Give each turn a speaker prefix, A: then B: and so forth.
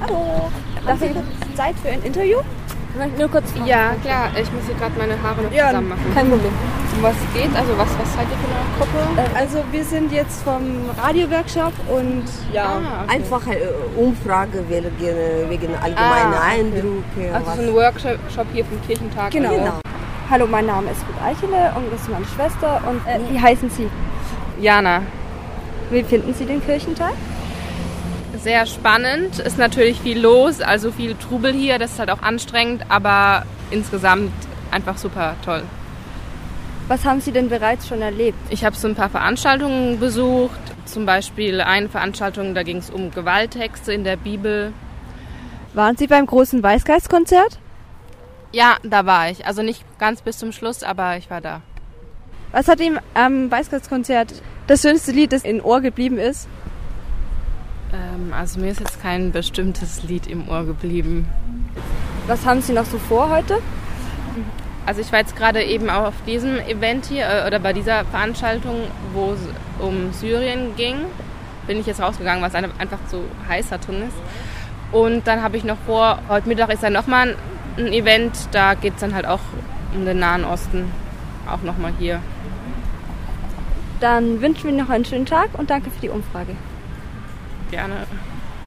A: Hallo. Darf ich Zeit für ein Interview? Nur kurz fragen.
B: Ja, klar. Ich muss hier gerade meine Haare noch
A: Ja,
B: zusammen machen.
A: Kein Problem.
B: Um was geht? Also was, was seid ihr für eine Gruppe?
A: Äh, Also wir sind jetzt vom Radioworkshop und ja.
B: Ah, okay.
C: Einfach äh, Umfrage wegen, wegen allgemeinen
B: Ah, okay.
C: Eindrücke.
B: Also
C: was-
B: so ein Workshop hier vom Kirchentag. Also
A: Genau.
B: oder?
C: Genau.
A: Hallo, mein Name ist Ruth Eichele und das ist meine Schwester. Und äh, wie heißen Sie?
B: Jana.
A: Wie finden Sie den Kirchentag?
B: Sehr spannend. Ist natürlich viel los, also viel Trubel hier. Das ist halt auch anstrengend, aber insgesamt einfach super toll.
A: Was haben Sie denn bereits schon erlebt?
B: Ich habe so ein paar Veranstaltungen besucht. Zum Beispiel eine Veranstaltung, da ging es um Gewalttexte in der Bibel.
A: Waren Sie beim großen Weißgeistkonzert?
B: Ja, da war ich. Also nicht ganz bis zum Schluss, aber ich war da.
A: Was hat ihm am Weißgeistkonzert das schönste Lied, das in Ohr geblieben ist?
B: Ähm, also mir ist jetzt kein bestimmtes Lied im Ohr geblieben.
A: Was haben Sie noch so vor heute?
B: Also ich war jetzt gerade eben auch auf diesem Event hier äh, oder bei dieser Veranstaltung, wo es um Syrien ging, bin ich jetzt rausgegangen, weil es eine- einfach so heiß da drin ist. Und dann habe ich noch vor, heute Mittag ist dann nochmal ein Event, da geht es dann halt auch um den Nahen Osten, auch nochmal hier.
A: Dann wünschen wir Ihnen noch einen schönen Tag und danke für die Umfrage.
B: Gerne.